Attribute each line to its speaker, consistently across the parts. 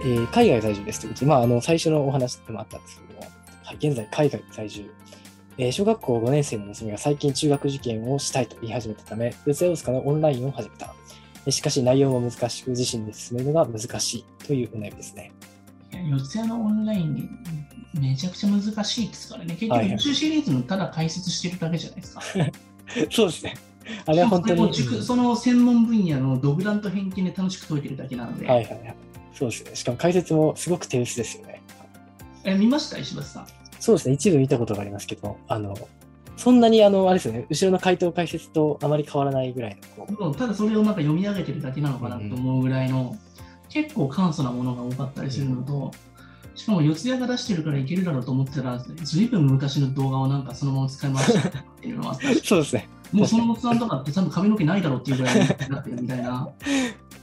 Speaker 1: えー海外在住ですということで、まあ、あの最初のお話でもあったんですけども、はい、現在海外在住、えー小学校5年生の娘が最近中学受験をしたいと言い始めたため、ルセオスカのオンラインを始めた。えーしかし内容も難しく、自身で進めるのが難しいというお悩みですね。
Speaker 2: 四谷のオンラインめちゃくちゃ難しいですからね、結
Speaker 1: はい
Speaker 2: 局、
Speaker 1: はい
Speaker 2: 宇宙シリーズのただ解説してるだけじゃないですか。
Speaker 1: そうですね。あれは本当に。
Speaker 2: もう塾その専門分野の独断と偏見で楽しく解いてるだけなので、
Speaker 1: はいはいはい。そうですね。しかも解説もすごく手薄ですよね。
Speaker 2: え見ました、石橋さん。
Speaker 1: そうですね。一部見たことがありますけど、あの、そんなにあの、あれですよね、後ろの回答解説とあまり変わらないぐらいの、こう、
Speaker 2: もうただそれをなんか読み上げてるだけなのかなと思うぐらいの、結構簡素なものが多かったりするのと、しかも四谷が出してるからいけるだろうと思ってたら、ずいぶん昔の動画をなんかそのまま使い回してたっていうのは あったし
Speaker 1: そうですね。
Speaker 2: もうそのおっさんとかって多分髪の毛ないだろうっていうぐらいになってるみたいな。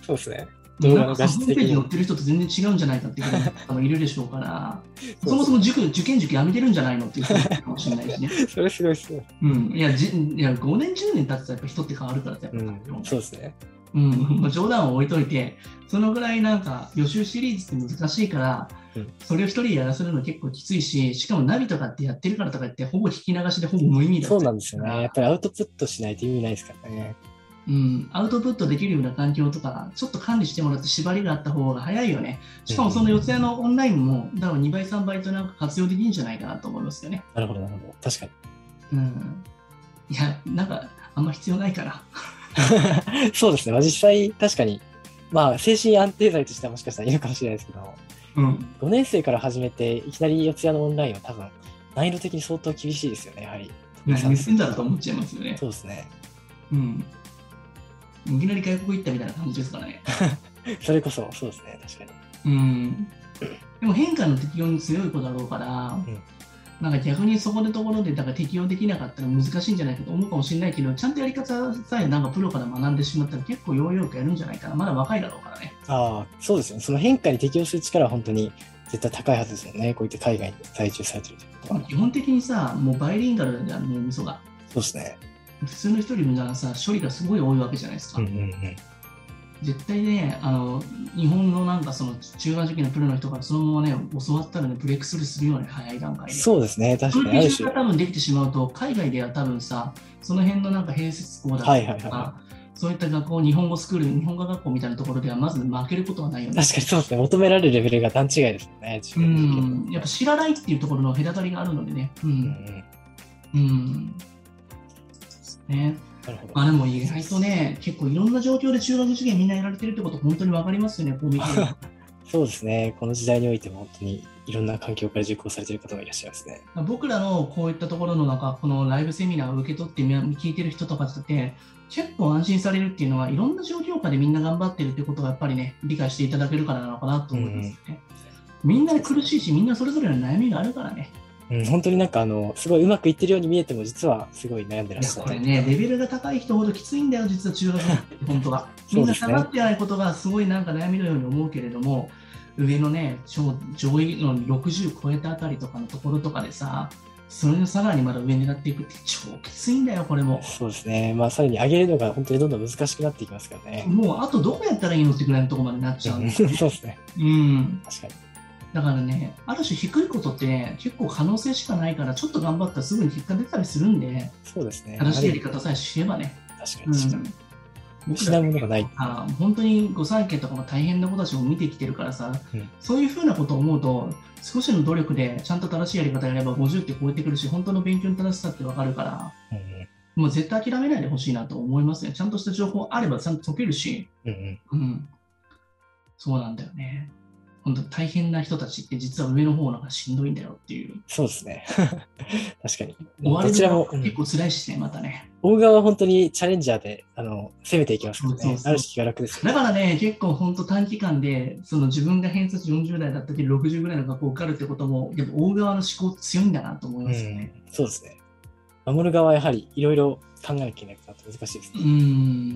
Speaker 1: そうですね。動画
Speaker 2: な
Speaker 1: の
Speaker 2: ん
Speaker 1: 画
Speaker 2: か
Speaker 1: 質
Speaker 2: ホーム
Speaker 1: 的
Speaker 2: ペー
Speaker 1: に
Speaker 2: ジ載ってる人と全然違うんじゃないかっていう方もいるでしょ うから、
Speaker 1: う
Speaker 2: そもそも塾受験塾やめてるんじゃないのっていう人もいるかもしれな いしね。
Speaker 1: それすごいですね。
Speaker 2: うん、いやじいや5年、10年経つとやっぱ人って変わるからってやっ
Speaker 1: う
Speaker 2: ぱ
Speaker 1: ん。そうですね。
Speaker 2: うん、まあ冗談を置いといて、そのぐらいなんか予習シリーズって難しいから、
Speaker 1: うん
Speaker 2: それを一人でやらせるの結構きついし、しかもナビとかってやってるからとかって、ほぼ聞き流しでほぼ無意味だっ
Speaker 1: そ
Speaker 2: たり
Speaker 1: うなんですよね。やっぱりアウトプットしないと意味ないですからね。
Speaker 2: うん、アウトプットできるような環境とか、ちょっと管理してもらって縛りがあった方が早いよね。しかもその四谷のオンラインも、だから2倍、3倍となんか活用できるんじゃないかなと思いますよね。
Speaker 1: なるほど、なるほど。確か
Speaker 2: うん、いや、なんか、あんま必要ないから。
Speaker 1: に。 そうですね。まあ、実際、確かに、まあ、精神安定剤としてはもしかしたらいるかもしれないですけど、
Speaker 2: うん、
Speaker 1: 5年生から始めて、いきなり四谷のオンラインは多分、難易度的に相当厳しいですよね、やはり。
Speaker 2: 何してんだろうと思っちゃいますよね。
Speaker 1: そうですね。
Speaker 2: うん、いきなり外国行ったみたいな感じですからね。
Speaker 1: それこそ、そうですね、確かに。
Speaker 2: うん、でも変化の適応に強い子だろうから、
Speaker 1: ん
Speaker 2: なんか逆にそこのところでだから適応できなかったら難しいんじゃないかと思うかもしれないけど、ちゃんとやり方さえなんかプロから学んでしまったら結構ようよくやるんじゃないかな、まだ若いだろうからね。
Speaker 1: ああ、そうですよね。その変化に適応する力は本当に絶対高いはずですよね。こういった海外に在住されてるということ
Speaker 2: まあ
Speaker 1: は。
Speaker 2: 基本的にさ、もうバイリンガルだよね、脳みそが。
Speaker 1: そうですね。
Speaker 2: 普通の人よりもさ、処理がすごい多いわけじゃないですか。
Speaker 1: うんうんうん。
Speaker 2: 絶対ね、あの日本のなんかその中盤時期のプロの人からそのままね、教わったらね、ブレイクスルーするように早い段階で。
Speaker 1: そうですね。
Speaker 2: そ
Speaker 1: 確
Speaker 2: の
Speaker 1: かに。あ
Speaker 2: 基
Speaker 1: る
Speaker 2: 準
Speaker 1: 種。
Speaker 2: が多分できてしまうと、海外では多分さ、その辺のなんか併設校だった
Speaker 1: はい
Speaker 2: り
Speaker 1: はいはい
Speaker 2: とか、そういった学校、日本語スクール、日本語学校みたいなところでは、まず負けることはないよね。
Speaker 1: 確かにそうですね。求められるレベルが段違いですよね。自
Speaker 2: う
Speaker 1: 分
Speaker 2: ん、やっぱ知らないっていうところの隔たりがあるのでね。う。
Speaker 1: うんうんん。
Speaker 2: うん。ね。
Speaker 1: なるほど。
Speaker 2: まあでも意外とね、結構いろんな状況で中学受験みんなやられてるってこと、本当に分かりますよね、こう見てると
Speaker 1: そうですね。この時代においても本当にいろんな環境から受講されている方がいらっしゃいますね。
Speaker 2: 僕らのこういったところのなんかこのライブセミナーを受け取ってみ聞いてる人とかって結構安心されるっていうのはいろんな状況下でみんな頑張ってるってことがやっぱりね理解していただけるからなのかなと思いますよね、みんなで苦しいしみんなそれぞれの悩みがあるからね
Speaker 1: うん、本当になんかあの、すごいうまくいってるように見えても、実はすごい悩んでらっ
Speaker 2: いや
Speaker 1: しゃ
Speaker 2: これ
Speaker 1: る。
Speaker 2: ねレベルが高い人ほどきついんだよ実は中学生って本当はみんな下がってないことがすごいなんか悩みのように思うけれども上のね上上位の60超えたあたりとかのところとかでさそれのさらにまだ上になっていくって超きついんだよこれも。
Speaker 1: そうですね。まあ、さらに上げるのが本当にどんどん難しくなっていきますからね。
Speaker 2: もうあとどうやったらいいのってぐらいのところまでなっちゃ
Speaker 1: う
Speaker 2: う
Speaker 1: んん
Speaker 2: で
Speaker 1: そ
Speaker 2: す
Speaker 1: う
Speaker 2: よ
Speaker 1: で
Speaker 2: ね。
Speaker 1: すね。
Speaker 2: うん、
Speaker 1: 確かに。
Speaker 2: だからね、ある種低いことって結構可能性しかないから、ちょっと頑張ったらすぐに結果出たりするんで、
Speaker 1: そうですね。
Speaker 2: 正しいやり方さえ知ればね。
Speaker 1: 確か
Speaker 2: う
Speaker 1: に確かに。
Speaker 2: ん、僕
Speaker 1: 失
Speaker 2: ら
Speaker 1: うものがない。
Speaker 2: あ本当に御三家とかも大変な子たちを見てきてるからさ、
Speaker 1: うん
Speaker 2: そういうふうなことを思うと、少しの努力でちゃんと正しいやり方やれば50って超えてくるし、本当の勉強の正しさって分かるから、
Speaker 1: うん
Speaker 2: もう絶対諦めないでほしいなと思いますね。ちゃんとした情報あればちゃんと解けるし、
Speaker 1: うんうん
Speaker 2: うん。そうなんだよね。本当大変な人たちって実は上の方の方がしんどいんだよっていう。
Speaker 1: そうですね。 確かに。
Speaker 2: 終わ
Speaker 1: ど
Speaker 2: り
Speaker 1: ちらも、う
Speaker 2: 結
Speaker 1: ん
Speaker 2: 構辛いしね、またね。
Speaker 1: 大側は本当にチャレンジャーであの攻めていきますから
Speaker 2: そうそ
Speaker 1: ね
Speaker 2: う。そう
Speaker 1: ある種気が楽ですよ
Speaker 2: だ
Speaker 1: ね。
Speaker 2: からね、結構本当短期間で、その自分が偏差値40代だったり、60ぐらいの学校受かるってことも、やっぱ大側の思考強いんだなと思いうますよね。
Speaker 1: ん、そうですね。守る側はやはりいろいろ考えなきゃいけないから難しいです
Speaker 2: う
Speaker 1: ね。
Speaker 2: ん。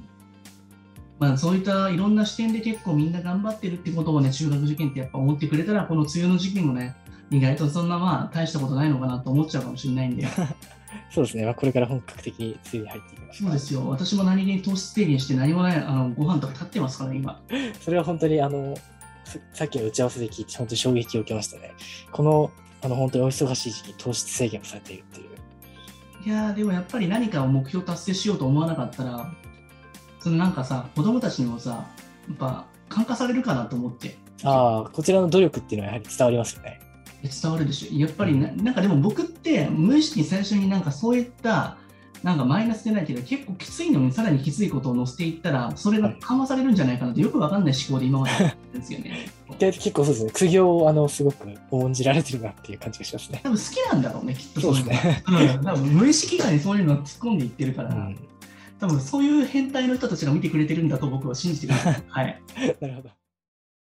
Speaker 2: まあ、そういったいろんな視点で結構みんな頑張ってるってことをね、中学受験ってやっぱ思ってくれたら、この梅雨の時期もね、意外とそんなまあ大したことないのかなと思っちゃうかもしれないん で。
Speaker 1: そうですね。まあ、これから本格的に梅雨に入っていきます
Speaker 2: そうですよ、私も何気に糖質制限して何もないあのご飯とか立ってますから、今。
Speaker 1: それは本当にあのささっきの打ち合わせで聞いて、本当に衝撃を受けましたね。この、あの、本当にお忙しい時期に糖質制限をされているっていう。
Speaker 2: いやーでもやっぱり何かを目標達成しようと思わなかったらそのなんかさ子供たちにもさやっぱ感化されるかなと思って
Speaker 1: ああ、こちらの努力っていうのはやはり伝わりますよね。
Speaker 2: 伝わるでしょやっぱりななんかでも僕って無意識に最初になんかそういったなんかマイナスじゃないけど結構きついのにさらにきついことを載せていったらそれが緩和されるんじゃないかなってよくわかんない思考で今までやってるんです よね
Speaker 1: で結構そうですね、苦行をあのすごく重んじられてるなっていう感じがしますね。
Speaker 2: 多分好きなんだろうねきっと
Speaker 1: そうですね。
Speaker 2: そういうのがうん多分無意識下にそういうのを突っ込んでいってるか
Speaker 1: う
Speaker 2: ら、
Speaker 1: ん、
Speaker 2: 多分そういう変態の人たちが見てくれてるんだと僕は信じてるはい
Speaker 1: なるほど。